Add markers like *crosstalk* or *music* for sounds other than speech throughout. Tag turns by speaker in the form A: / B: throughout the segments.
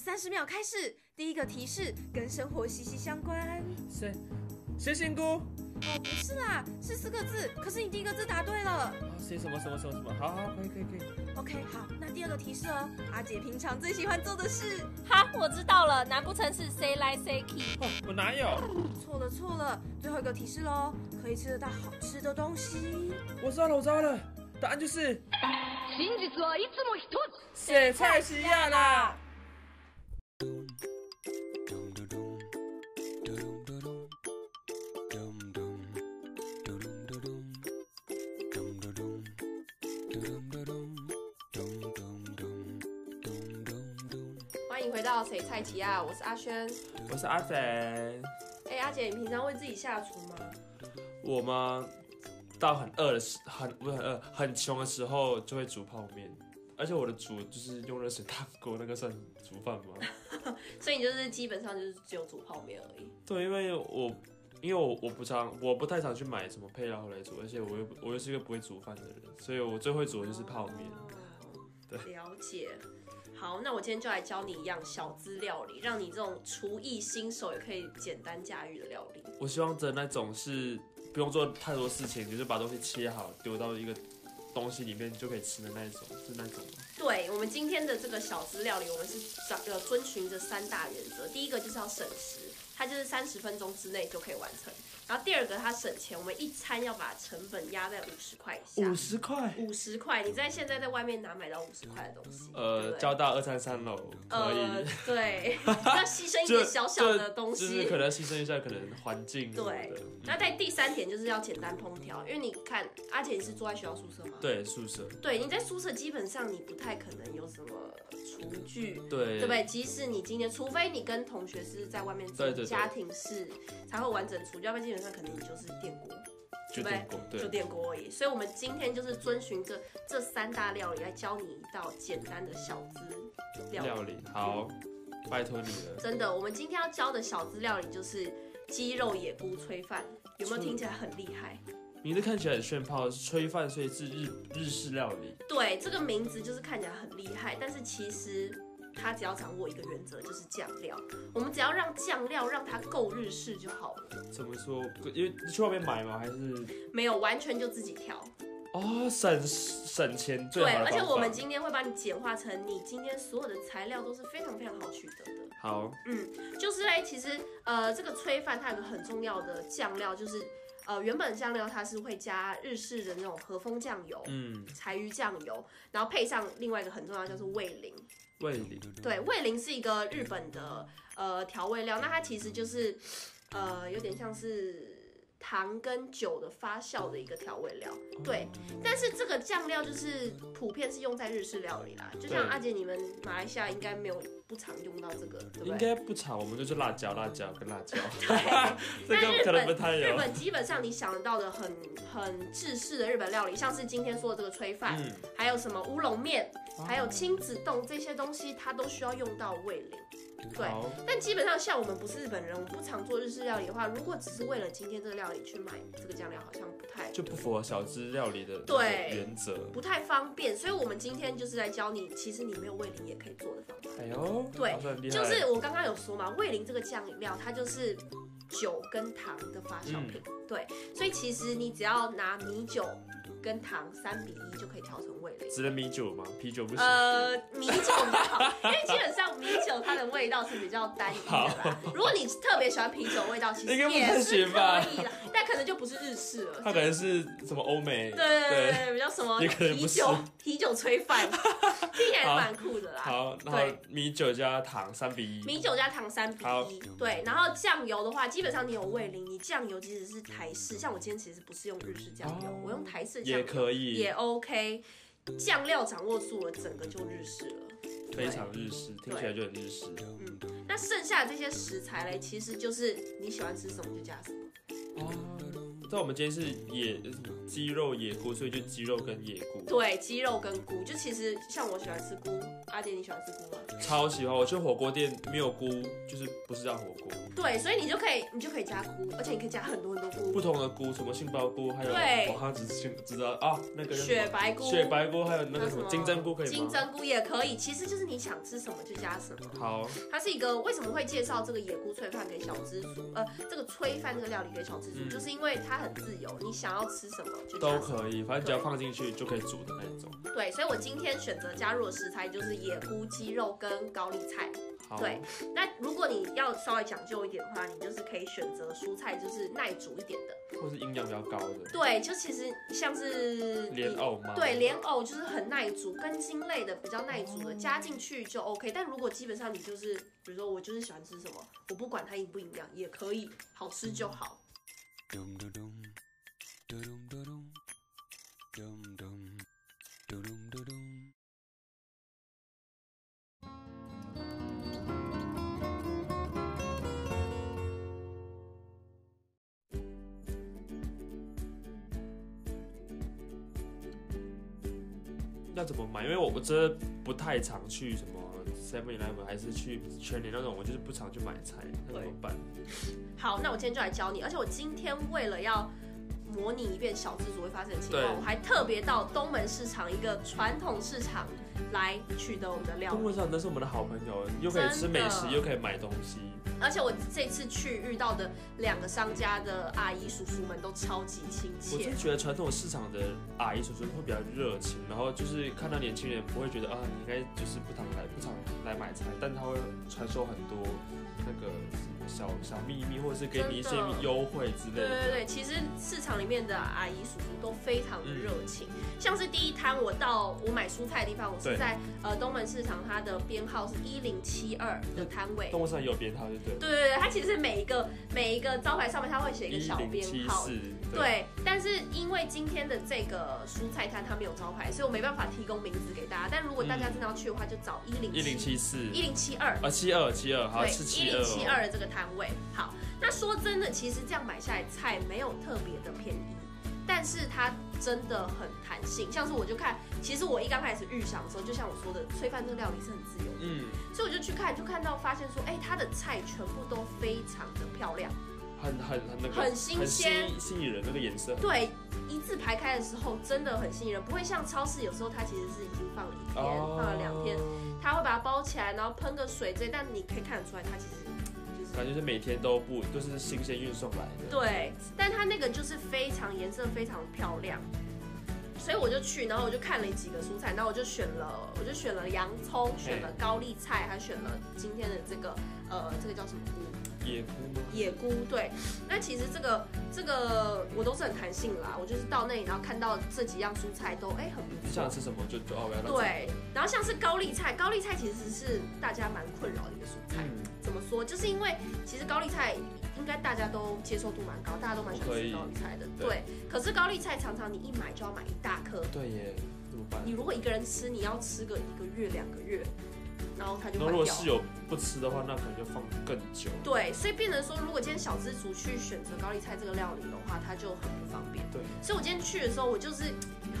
A: 三十秒开始，第一个提示跟生活息息相关。
B: 谁谁仙姑？
A: 哦，不是啦，是四个字，可是你第一个字答对了。
B: 啊，谁什么什么什么什么？好好，可以可以可以。
A: OK，好，那第二个提示哦，阿姐平常最喜欢做的事。
C: 哈，我知道了，难不成是谁来谁去？
B: 哦，我哪有？
A: 错了错了，最后一个提示喽，可以吃得到好吃的东西。
B: 我知道了，我知道了，答案就是
D: 真実はいつも一つ
B: 雪菜西亚啦。
E: 欢迎回到谁菜奇亚，我是阿轩。
B: 我是阿仔，
E: 哎、阿姐，你平常会自己下厨吗？
B: 我吗？到很饿的时，很不是很饿，很穷的时候就会煮泡面，而且我的煮就是用热水烫过，那个算煮饭吗？ *laughs*
E: 所以你就是基本上就是只有煮泡面而已。
B: 对，因为我因为我我不常我不太常去买什么配料回来煮，而且我又不我又是一个不会煮饭的人，所以我最会煮的就是泡面。嗯对
E: 了解。好，那我今天就来教你一样小资料理，让你这种厨艺新手也可以简单驾驭的料理。
B: 我希望的那种是不用做太多事情，就是把东西切好丢到一个东西里面就可以吃的那一种，是那种吗。
E: 对我们今天的这个小资料理，我们是遵呃遵循着三大原则。第一个就是要省时，它就是三十分钟之内就可以完成。然后第二个它省钱，我们一餐要把成本压在五十块以下。
B: 十块，
E: 五十块，你在现在在外面哪买到五十块的东西？对
B: 呃，
E: 不对
B: 交到二三三楼可以。
E: 呃，
B: *laughs*
E: 对，要牺牲一点小小的东
B: 就就是
E: 西
B: 可。能牺牲一下可能环境什么的。
E: 对，那在第三点就是要简单烹调，因为你看，阿姐你是住在学校宿舍吗？
B: 对宿舍，
E: 对，你在宿舍基本上你不太可能有什么厨具，
B: 对
E: 对不对？即使你今天，除非你跟同学是在外面住
B: 对对对
E: 家庭式，才会完整厨具，要不然基本上可能你就是电锅，
B: 就
E: 对
B: 电
E: 不
B: 锅，
E: 对？就
B: 对，
E: 电锅而已。所以，我们今天就是遵循着这三大料理来教你一道简单的小资料理。
B: 料理好，拜托你了。
E: 真的，我们今天要教的小资料理就是鸡肉野菇炊饭，有没有听起来很厉害？
B: 名字看起来很炫炮，是炊饭，所以是日日式料理。
E: 对，这个名字就是看起来很厉害，但是其实它只要掌握一个原则，就是酱料。我们只要让酱料让它够日式就好了，
B: 怎么说？因为去外面买吗？还是
E: 没有完全就自己调。
B: 哦，省省钱最
E: 对，
B: 好的
E: 而且
B: 方法
E: 我们今天会把你简化成你今天所有的材料都是非常非常好取得的。
B: 好
E: 就是嘞，其实呃，这个炊饭它有个很重要的酱料，就是呃，原本酱料它是会加日式的那种和风酱油，
B: 嗯，
E: 柴鱼酱油，然后配上另外一个很重要的就是味淋。
B: 味淋
E: 对，味淋是一个日本的呃调味料，那它其实就是呃有点像是糖跟酒的发酵的一个调味料。对，但是这个酱料就是普遍是用在日式料理啦，就像
B: 对
E: 阿姐你们马来西亚应该没有不常用到这个，对不
B: 应
E: 对？
B: 该不炒，我们就是辣椒、辣椒跟辣
E: *laughs*
B: 椒，
E: 对。
B: 这
E: 但
B: 个
E: 日
B: 可能不
E: 本
B: 太
E: 日
B: 有。
E: 本基本上你想得到的很很制式的日本料理，像是今天说的这个炊饭，
B: 嗯，
E: 还有什么乌龙面，还有亲子冻这些东西，它都需要用到味淋。对
B: 好，
E: 但基本上像我们不是日本人，我们不常做日式料理的话，如果只是为了今天这个料理去买这个酱料，好像不太
B: 就不符合小资料理的
E: 对
B: 原则。
E: 不太方便。所以我们今天就是来教你，其实你没有味淋也可以做的方法。
B: 哎呦，
E: 对
B: 好像很厉害
E: 就是我刚刚有说嘛，味淋这个酱料它就是酒跟糖的发酵
B: 嗯
E: 品，对，所以其实你只要拿米酒跟糖三比一就可以调成味淋。
B: 只能米酒吗？啤酒不行。
E: 呃，米酒比较好，因为基本上米酒它的味道是比较单一的啦。如果你特别喜欢啤酒味道，其实
B: 应该不
E: 也是
B: 行
E: 可
B: 吧
E: 以啦，但可能就不是日式了。
B: 它可能是什么欧美？
E: 对对对对，比较什么
B: 也可能
E: 啤
B: 不是
E: 酒啤酒炊饭，听起来蛮酷的啦。
B: 好，然后米酒加糖三比一。
E: 米酒加糖三比
B: 好
E: 一，对，然后酱油的话，基本上你有味淋，你酱油即使是台式，像我今天其实不是用日式酱油，
B: 哦
E: 我用台式酱油
B: 也可以，
E: 也 OK，酱料掌握住了，整个就日式了。
B: 非常日式，听起来就很日式。
E: 那剩下的这些食材嘞，其实就是你喜欢吃什么就加什么。
B: 哦，但我们今天是野鸡肉野菇，所以就鸡肉跟野菇。
E: 对，鸡肉跟菇，就其实像我喜欢吃菇，阿姐你喜欢吃菇吗？
B: 超喜欢！我去火锅店没有菇，就是不是叫火锅，
E: 对，所以你就可以你就可以加菇，而且你可以加很多很多
B: 不
E: 菇，
B: 同的菇，什么杏鲍菇，还有
E: 对
B: 我好像只是知道啊，那个叫什么
E: 雪白菇，
B: 雪白菇，还有那
E: 还有
B: 个什么金针菇可以
E: 金
B: 吗？
E: 针菇也可以，其实就是你想吃什么就加什么。
B: 好，
E: 它是一个为什么会介绍这个野菇炊饭给小知足？呃，这个炊饭这个料理给小知足，
B: 嗯
E: 就是因为它很自由，你想要吃什么就加
B: 都
E: 什么。
B: 可以，反正只要放进去就可以煮的那一种。
E: 对，所以我今天选择加入的食材就是野菇、鸡肉跟高丽菜。
B: 好，
E: 对，那如果你要稍微讲究一点的话，你就是可以选择蔬菜，就是耐煮一点的。
B: 或是营养比较高的
E: 对，就其实像是
B: 莲
E: 你
B: 藕吗？啊
E: 对，莲藕就是很耐煮，根茎类的比较耐煮的加进去就 OK。但如果基本上你就是，比如说我就是喜欢吃什么，我不管它营不营养也可以，好吃就好。
F: Dum dum dum, dum dum dum, dum dum, dum dum dum.
B: 要怎么买？因为我我真的不太常去什么 Seven Eleven，还是去全联那种，我就是不常去买菜，那怎么办？
E: 好，那我今天就来教你，而且我今天为了要模拟一遍小资族会发生的情况，
B: 对
E: 我还特别到东门市场一个传统市场来取得我们的料
B: 东
E: 理。
B: 坡上那是我们的好朋友，又可以吃美食
E: 真，的
B: 又可以买东西，
E: 而且我这次去遇到的两个商家的阿姨叔叔们都超级亲
B: 我
E: 切
B: 就。觉得传统市场的阿姨叔叔会比较热情，然后就是看到年轻人不会觉得啊，你应该就是不常来不常来买菜，但他会传授很多那个小小秘密，或者是给你一些
E: 真的
B: 优惠之类
E: 对
B: 的。
E: 对对，其实市场里面的阿姨叔叔都非常
B: 嗯
E: 的热情，像是第一摊我到我买蔬菜的地方，我
B: 对
E: 是在呃东门市场，它的编号是一零七二的摊
B: 嗯
E: 位。
B: 东坡上也有编号，对不对？
E: 对对对，它其实每一个每一个招牌上面它会写一个
B: 一
E: 小
B: 零
E: 编
B: 七
E: 号
B: 四，，
E: 对，但是因为今天的这个蔬菜摊它没有招牌，所以我没办法提供名字给大家。但如果大家真的要去的话，就找一零
B: 嗯一零七四，
E: 一零七二，
B: 啊，七二七二，好，
E: 对
B: 是，
E: 一
B: 七二、哦
E: 零七二的这个摊位。好，那说真的，其实这样买下来菜没有特别的便宜，但是它真的很弹性。像是我就看，其实我一刚开始预想的时候，就像我说的，炊饭这个料理是很自由的，
B: 嗯，
E: 所以我就去看，就看到发现说，哎、它的菜全部都非常的漂亮。
B: 很很很那个，
E: 很新鲜
B: 很吸吸引人那个颜色。
E: 对，一字排开的时候真的很吸引人，不会像超市有时候它其实是已经放了一天，
B: 哦
E: 放了两天，，它会把它包起来，然后喷个水之类，但你可以看得出来它其实就是
B: 感觉是每天都不都是新鲜运送来的。
E: 对，但它那个就是非常颜色非常漂亮，所以我就去，然后我就看了几个蔬菜，然后我就选了，我就选了洋葱，选了高丽菜，还选了今天的这个呃，这个叫什么菇？
B: 野菇吗？
E: 野菇。对，那其实这个这个我都是很弹性啦，我就是到那里，然后看到这几样蔬菜都哎、很不
B: 你
E: 错
B: 想。吃什么就就哦，我要那种。
E: 对，然后像是高丽菜，高丽菜其实是大家蛮困扰的一个蔬菜。
B: 嗯，
E: 怎么说？就是因为其实高丽菜应该大家都接受度蛮高，大家都蛮喜欢吃高丽菜的。
B: 可以
E: 对，可是高丽菜常常你一买就要买一大颗，
B: 对耶，怎么办
E: 你？如果一个人吃，你要吃个一个月两个月，然后它就
B: 那
E: 坏
B: 如果
E: 掉
B: 室。友不吃的话，那可能就放更久。
E: 对，所以变成说，如果今天小资族去选择高丽菜这个料理的话，它就很不方便。
B: 对，
E: 所以我今天去的时候，我就是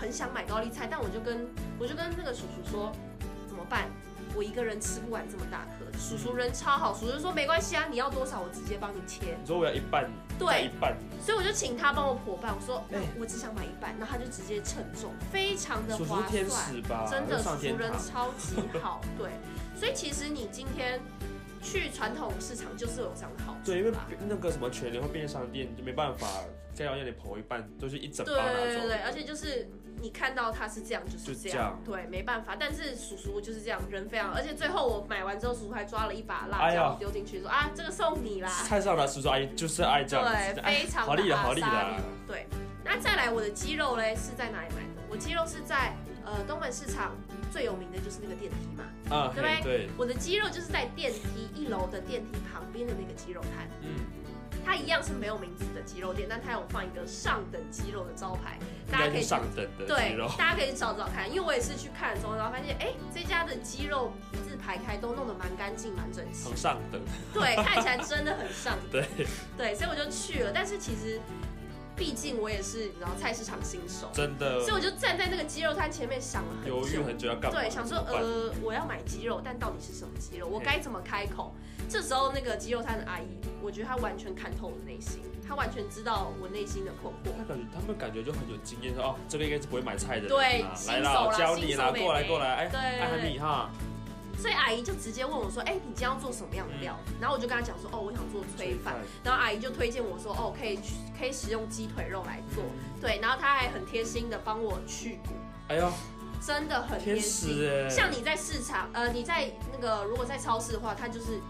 E: 很想买高丽菜，但我就跟我就跟那个叔叔说，怎么办？我一个人吃不完这么大颗。叔
B: 嗯
E: 叔人超好，叔叔说没关系啊，你要多少我直接帮你切。
B: 你说我要一半，
E: 对
B: 再一半，
E: 所以我就请他帮我破半，我说、哦
B: 哎
E: 我只想买一半，然后他就直接称重，非常的
B: 叔叔
E: 划
B: 天
E: 算，
B: 使吧，
E: 真的
B: 上
E: 叔
B: 天
E: 叔人
B: 堂。
E: 超级
B: *laughs*
E: 好，对，所以其实你今天去传统市场就是有这样的好处
B: 对，因为
E: 吧。
B: 那个什么全联或便利商店就没办法，该要让你剖一半，都是一整包
E: 对
B: 拿走。
E: 对对对，而且就是你看到他是这样，就是
B: 啊就
E: 这
B: 这样
E: 样，对，没办法。但是叔叔就是这样，人非常，而且最后我买完之后，叔叔还抓了一把辣
B: 哎呀
E: 椒丢进去，说啊，这个送你啦。
B: 菜上来叔叔阿姨就是爱这样子，
E: 对，
B: 哎
E: 非常
B: 好利
E: 的
B: 的好利的
E: 阿萨
B: 啊
E: 利。对，那再来我的鸡肉嘞是在哪里买的？我鸡肉是在呃东门市场最有名的就是那个电梯嘛。
B: 啊，
E: 对
B: 嘿对，
E: 我的鸡肉就是在电梯一楼的电梯旁边的那个鸡肉摊，
B: 嗯，
E: 它一样是没有名字的鸡肉店，但它有放一个上等鸡肉的招牌，
B: 应
E: 大
B: 该
E: 家可
B: 是
E: 以去
B: 上等的鸡
E: 对
B: 肉，，
E: 大家可以找找看，因为我也是去看的时候，然后发现哎、这家的鸡肉一字排开都弄得蛮干净、蛮整齐
B: 很，上等，
E: 对，看起来真的很上等。
B: 对，
E: 对，所以我就去了。但是其实毕竟我也是你知道菜市场新手，
B: 真的
E: 所以我就站在那个鸡肉摊前面想了很
B: 犹豫
E: 久，
B: 很久要干嘛？
E: 对，想说
B: 怎么办，
E: 呃，我要买鸡肉，但到底是什么鸡肉？我该怎么开口？这时候那个鸡肉摊的阿姨，我觉得她完全看透我的内心，她完全知道我内心的困惑。
B: 他感觉他们感觉就很有经验，说哦，这个应该是不会买菜的人
E: 对
B: 啊
E: 新
B: 来
E: 手
B: 啦，我
E: 啦
B: 教你啦，
E: 新手妹妹
B: 过来过来，哎，
E: 对
B: 艾
E: 对
B: 哈
E: 对
B: 密哈，
E: 所以阿姨就直接问我说：“哎、你今天要做什么样的料？”
B: 嗯
E: 然后我就跟她讲说：“哦，我想做炊饭。”然后阿姨就推荐我说：“哦，可以去可以使用鸡腿肉来做。”对，然后她还很贴心的帮我去骨，
B: 哎呦，
E: 真的很贴
B: 天
E: 心。
B: 使哎，
E: 像你在市场，呃，你在那个如果在超市的话，它就是，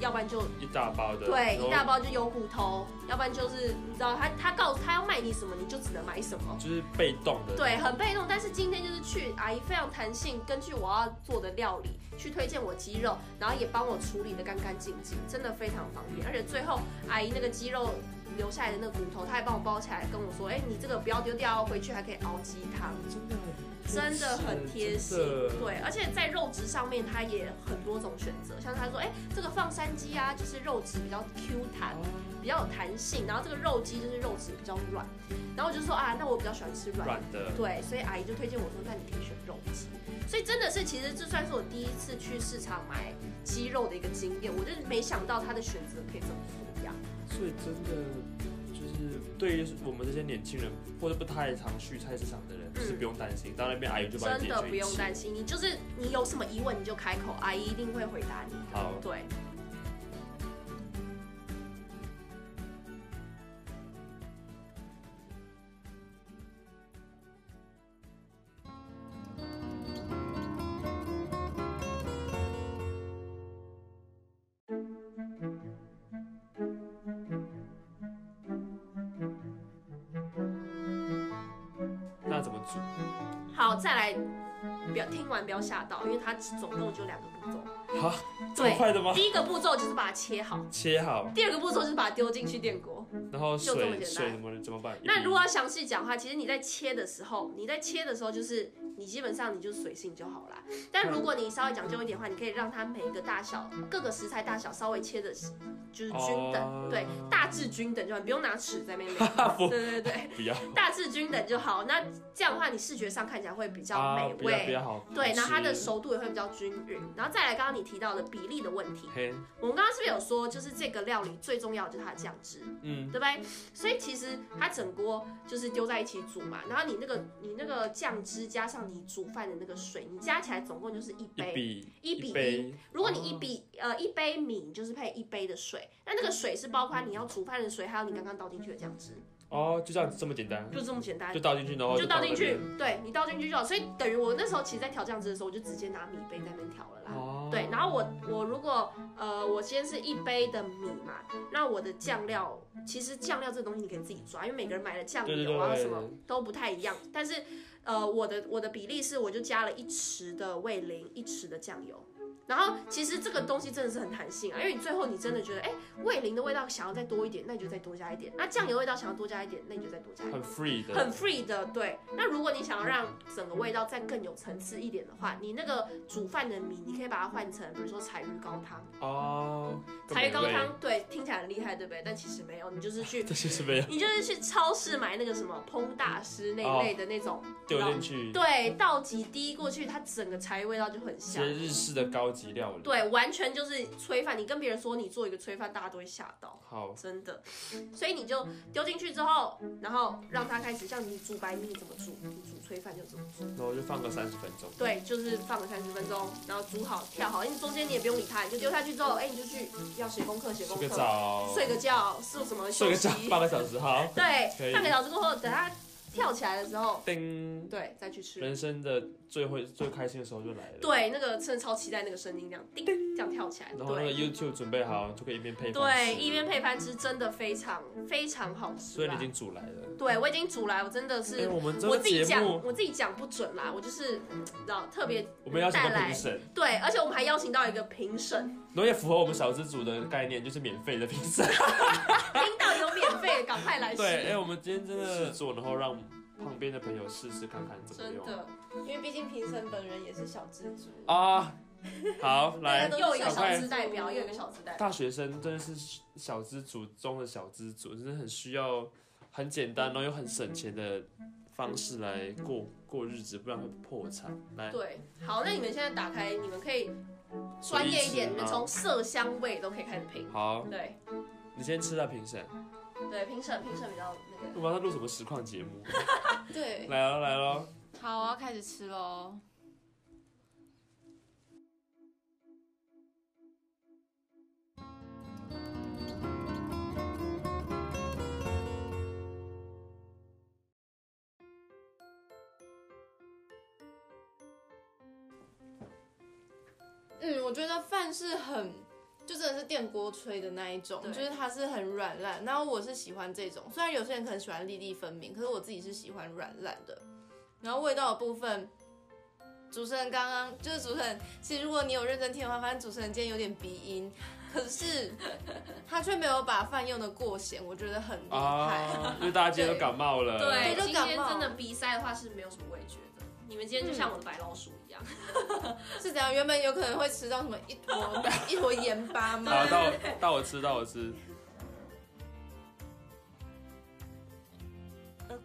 E: 要不然就
B: 一大包的，
E: 对
B: 然后
E: 一大包就有骨头，要不然就是你知道他他告他要卖你什么，你就只能买什么。
B: 就是被动的，
E: 对，很被动，但是今天就是去阿姨非常弹性，根据我要做的料理去推荐我鸡肉，然后也帮我处理的干干净净，真的非常方便。而且最后阿姨那个鸡肉留下来的那个骨头，她还帮我包起来，跟我说：“哎、你这个不要丢掉哦，回去还可以熬鸡汤。”
B: 真的
E: 真的很贴心
B: 真的，
E: 对，而且在肉质上面，它也很多种选择，像他说，哎、这个放山鸡啊，就是肉质比较 Q 弹，
B: 哦
E: 比较有弹性，然后这个肉鸡就是肉质比较软，然后我就说啊，那我比较喜欢吃软的，
B: 软的，
E: 对，所以阿姨就推荐我说，那你可以选肉鸡，所以真的是，其实这算是我第一次去市场买鸡肉的一个经验，我就是没想到它的选择可以这么多样，
B: 所以真的就是对于我们这些年轻人或者不太常去菜市场的人，就是不用担心，到那边阿姨就帮你
E: 嗯
B: 解
E: 真的
B: 决
E: 不
B: 一
E: 用
B: 切。
E: 担心，你就是你有什么疑问你就开口，阿姨一定会回答你，
B: 好，
E: 对。
B: 那怎么煮？
E: 好，再来，不要听完不要吓到，因为它总共就两个步骤。
B: 好，这么快的吗？
E: 第一个步骤就是把它切好，
B: 切好，
E: 第二个步骤就是把它丢进去电锅。
B: 然后
E: 就这么
B: 水
E: 简单
B: 水怎么怎么办？
E: 那如果要详细讲的话，其实你在切的时候，你在切的时候就是你基本上你就随性就好啦。但如果你稍微讲究一点的话，你可以让它每一个大小、各个食材大小稍微切的，就是均等，
B: 哦
E: 对，大致均等就好，你不用拿尺在那边量。
B: *laughs* 不
E: 对对对，
B: 不要
E: 大致均等就好。那这样的话，你视觉上看起来会比较
B: 啊
E: 美
B: 比
E: 味。
B: 较比较好。
E: 对，然后它的
B: 手，
E: 熟度也会比较均匀。然后再来，刚刚你提到的比例的问题，
B: 嘿，
E: 我们刚刚是不是有说，就是这个料理最重要的就是它的酱汁，
B: 嗯
E: 对，不对？所以其实它整锅就是丢在一起煮嘛，然后你那个你那个酱汁加上你煮饭的那个水，你加起来总共就是
B: 一
E: 一
B: 哦
E: 杯。
B: 比
E: 一比一
B: 杯，
E: 如果你一比、呃一杯米，你就是配一杯的水，那那个水是包括你要煮饭的水，还有你刚刚倒进去的酱汁，
B: 哦，就这样子这么简单，
E: 就这么简单
B: 就。倒进去，然后
E: 就倒进去
B: 那边，
E: 对你倒进去就好。所以等于我那时候其实，在调酱汁的时候，我就直接拿米杯在那边调了啦。
B: 哦，
E: 对，然后我我如果呃，我先是一杯的米嘛，那我的酱料其实酱料这个东西你可以自己抓，因为每个人买的酱
B: 对对
E: 油啊
B: 对
E: 什么都不太一样。但是呃，我的我的比例是我就加了一匙的味淋，一匙的酱油。然后其实这个东西真的是很弹性啊，因为你最后你真的觉得，哎，味淋的味道想要再多一点，那你就再多加一点；那酱油味道想要多加一点，那你就再多加一
B: 很
E: 点。
B: free 的，
E: 很 free 的，对。那如果你想要让整个味道再更有层次一点的话，你那个煮饭的米，你可以把它换成，比如说柴鱼高汤。
B: 哦，更
E: 柴鱼
B: 美
E: 高
B: 味，
E: 汤，对，听起来很厉害，对不对？但其实没有，你就是去， *laughs*
B: 这些是没有
E: 你就是去超市买那个什么烹大师那
B: 哦
E: 一类的那种，
B: 丢
E: 然后
B: 进去，
E: 对，倒几滴过去，它整个柴鱼味道就很
B: 一
E: 香
B: 些。日式的高级料理，，
E: 对，完全就是炊饭。你跟别人说你做一个炊饭，大家都会吓到。
B: 好，
E: 真的，所以你就丢进去之后，然后让它开始像你煮白米怎么煮，你煮炊饭就怎么煮。
B: 然后就放个三十分钟，
E: 对，就是放个三十分钟，然后煮好跳好，因为中间你也不用理它，你就丢下去之后，哎、你就去要写功课写功
B: 洗个
E: 课，
B: 澡，
E: 睡个觉，是什么
B: 睡
E: 休
B: 个
E: 息
B: 觉，半个小时，好，可
E: 对，
B: 以
E: 半个小时过后，等它跳起来的时候，
B: 叮，
E: 对，再去吃。
B: 人生的最会最开心的时候就来了，，
E: 对，那个真的超期待那个声音，这样叮，这样跳起来。
B: 然后那个
E: 对
B: YouTube 准备好就可以一边配饭
E: 对，
B: 吃
E: 一边配饭吃，真的非常非常好
B: 所
E: 吃
B: 以你
E: 啦
B: 已。经煮来了，
E: 对，我已经煮来，我真的
B: 哎，
E: 是
B: 我们这
E: 我
B: 个
E: 自己
B: 节
E: 讲，
B: 目，
E: 我自己讲不准啦，我就是嗯你知道特别
B: 我们邀请到
E: 带来
B: 评审，
E: 对，而且我们还邀请到一个评审，
B: 然后也符合我们小资组的概念，就是免费的评
E: *laughs*
B: 审。 *laughs*
E: 听到有免费的，赶快来
B: 对，哎、
E: 试，
B: 我们今天真的试做，然后让旁边的朋友试试看看怎么
E: 真
B: 用
E: 的，
A: 因为毕竟评审本人也是小知足，
E: *laughs*
B: 啊。好，来，
A: 都
E: 又一个
B: 赶快
E: 小资代表，又一个小资代表，
B: 大学生真的是小资组中的小资组，真的很需要很简
E: 嗯
B: 单，然后又很省钱的方式来过过日子，不然会破产。来，
E: 对，好，那你们现在打开，你们可以专业一点，
B: 随意
E: 你
B: 吃
E: 们从色香味都可以开始评。
B: 好，
E: 对
B: 你先吃到啊评审，
E: 对，评审评审比较那
B: 我们要录什么实况节目？
E: 个。对，
B: 来喽来喽，
C: 好，我要开始吃喽。
G: 嗯，我觉得饭是很，就真的是电锅吹的那一种，
E: 对
G: 就是它是很软烂。然后我是喜欢这种，虽然有些人可能喜欢粒粒分明，可是我自己是喜欢软烂的。然后味道的部分，主持人刚刚就是主持人，其实如果你有认真听的话，发现主持人今天有点鼻音， *laughs* 可是他却没有把饭用的过咸，我觉得很厉害。
B: 啊，因为大家今天都感冒了，
E: 对，
G: 就
E: 今
G: 感
E: 天
G: 冒
E: 真的鼻塞的话是没有什么味觉的。你们今天就像我的白老鼠一样，
G: 是怎样？原本有可能会吃到什么一坨 *laughs* 一坨盐巴吗？
B: 好，啊到我到我吃到我吃。哎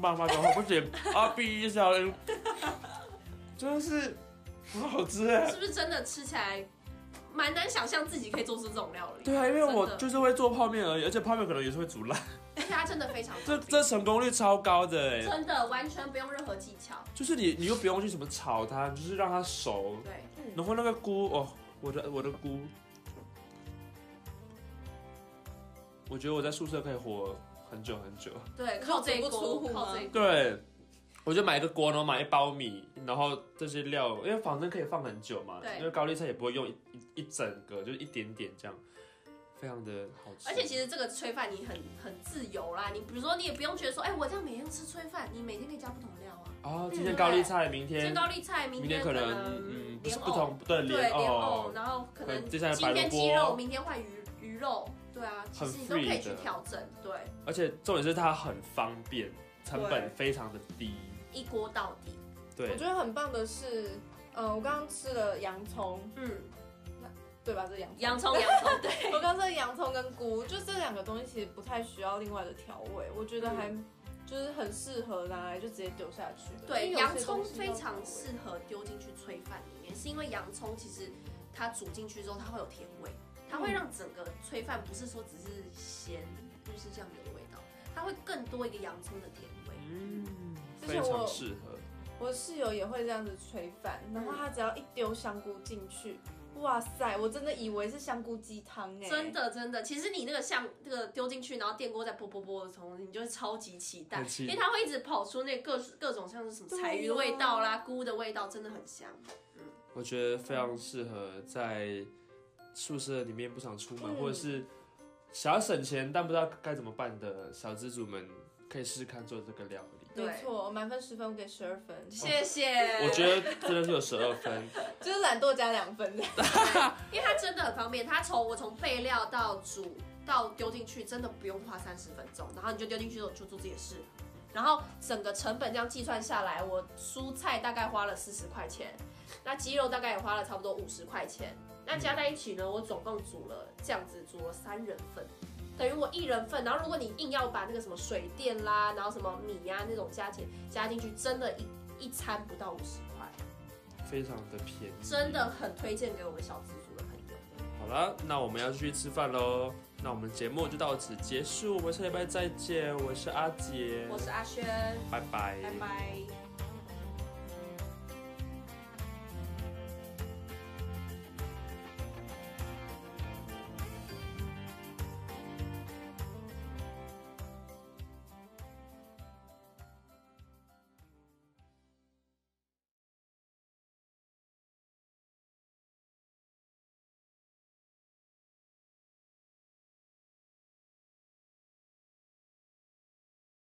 B: 妈妈讲话不行，阿 B 一下，真的是很好吃哎。
E: 是不是真的吃起来蛮难想象自己可以做出这种料理？
B: 对啊，因为我
E: 真的
B: 就是会做泡面而已，而且泡面可能也是会煮烂，
E: 而且它真的非常
B: 这这成功率超高的哎。
E: 真的完全不用任何技巧。
B: 就是你你又不用去什么炒它，你就是让它熟，
E: 对，
B: 然后那个菇哦，我的我的菇，我觉得我在宿舍可以活很久很久。
E: 对，靠这一
G: 足不出
E: 锅，嗯
G: 户
E: 靠
G: 吗
E: 这一锅。
B: 对，我就买一个锅，然后买一包米，然后这些料，因为反正可以放很久嘛，
E: 对
B: 因为高丽菜也不会用一一一整个，就是一点点这样，非常的好吃。
E: 而且其实这个炊饭你很很自由啦，你比如说你也不用觉得说，哎、我这样每天吃炊饭，你每天可以加不同的料啊，
B: 哦，今天高丽菜，明
E: 今天
B: 天
E: 高丽菜，明
B: 明天
E: 可
B: 可能嗯不是
E: 莲
B: 不
E: 藕，
B: 同对
E: 对
B: 莲
E: 莲藕
B: 藕，，
E: 然后可
B: 哦
E: 能
B: 可能接
E: 今
B: 下来白萝
E: 天鸡肉，
B: 卜
E: 明天换鱼鱼肉，对啊，其
B: 很
E: 实你都可以
B: free
E: 去
B: 的
E: 调整，对，
B: 而且重点是它很方便，成
E: 对
B: 本非常的低。
E: 一锅到底，
B: 对
G: 我，觉得很棒的是，呃，我刚刚吃了洋葱，
E: 嗯，
G: 对吧？这是洋葱。
E: 洋
G: *laughs*
E: 葱洋葱，对，
G: 我刚说洋葱跟菇，就这两个东西其实不太需要另外的调味，我
E: 嗯
G: 觉得还就是很适合拿来就直接丢下去的。
E: 对，
G: 因为有
E: 洋
G: 些
E: 葱
G: 东西要
E: 非常
G: 调味
E: 适合丢进去炊饭里面，是因为洋葱其实它煮进去之后它会有甜味，它
G: 嗯
E: 会让整个炊饭不是说只是咸日式酱油的味道，它会更多一个洋葱的甜味。
B: 嗯，
G: 之
B: 非
G: 前我
B: 常适合。
G: 我室友也会这样子炊饭，然
E: 嗯
G: 后他只要一丢香菇进去，哇塞，我真的以为是香菇鸡汤哎，
E: 真。的真的，其实你那个像那个丢进去，然后电锅在啵啵啵的时候，你就会超级期待
B: 很，期
E: 因
B: 待
E: 为它会一直跑出那各各种像是什么
G: 对
E: 柴鱼的味道啦、菇的味道，真的很香。
B: 我觉得非常适合在宿舍里面不想出门，
G: 嗯
B: 或者是想要省钱但不知道该怎么办的小资主们，可以试试看做这个料理。
G: 没
E: 对
G: 错，满分十分，我给十二分，哦
E: 谢谢，
B: 我觉得真的是有十二分， *laughs*
G: 就是懒惰加两分的。
E: 因为它真的很方便，它从我从备料到煮到丢进去，真的不用花三十分钟，然后你就丢进去之后就做自己的事，然后整个成本这样计算下来，我蔬菜大概花了四十块钱，那鸡肉大概也花了差不多五十块钱，那加在一起呢，我总共煮了这样子煮了三人份。等于我一人份，然后如果你硬要把那个什么水电啦，然后什么米啊呀、那种加钱加进去，真的一一餐不到五十块，
B: 非常的便宜。
E: 真的很推荐给我们小资族的朋友。
B: 好了，那我们要去吃饭喽。那我们节目就到此结束，我们下礼拜再见。我是阿杰，
E: 我是阿轩，
B: 拜拜，
E: 拜拜。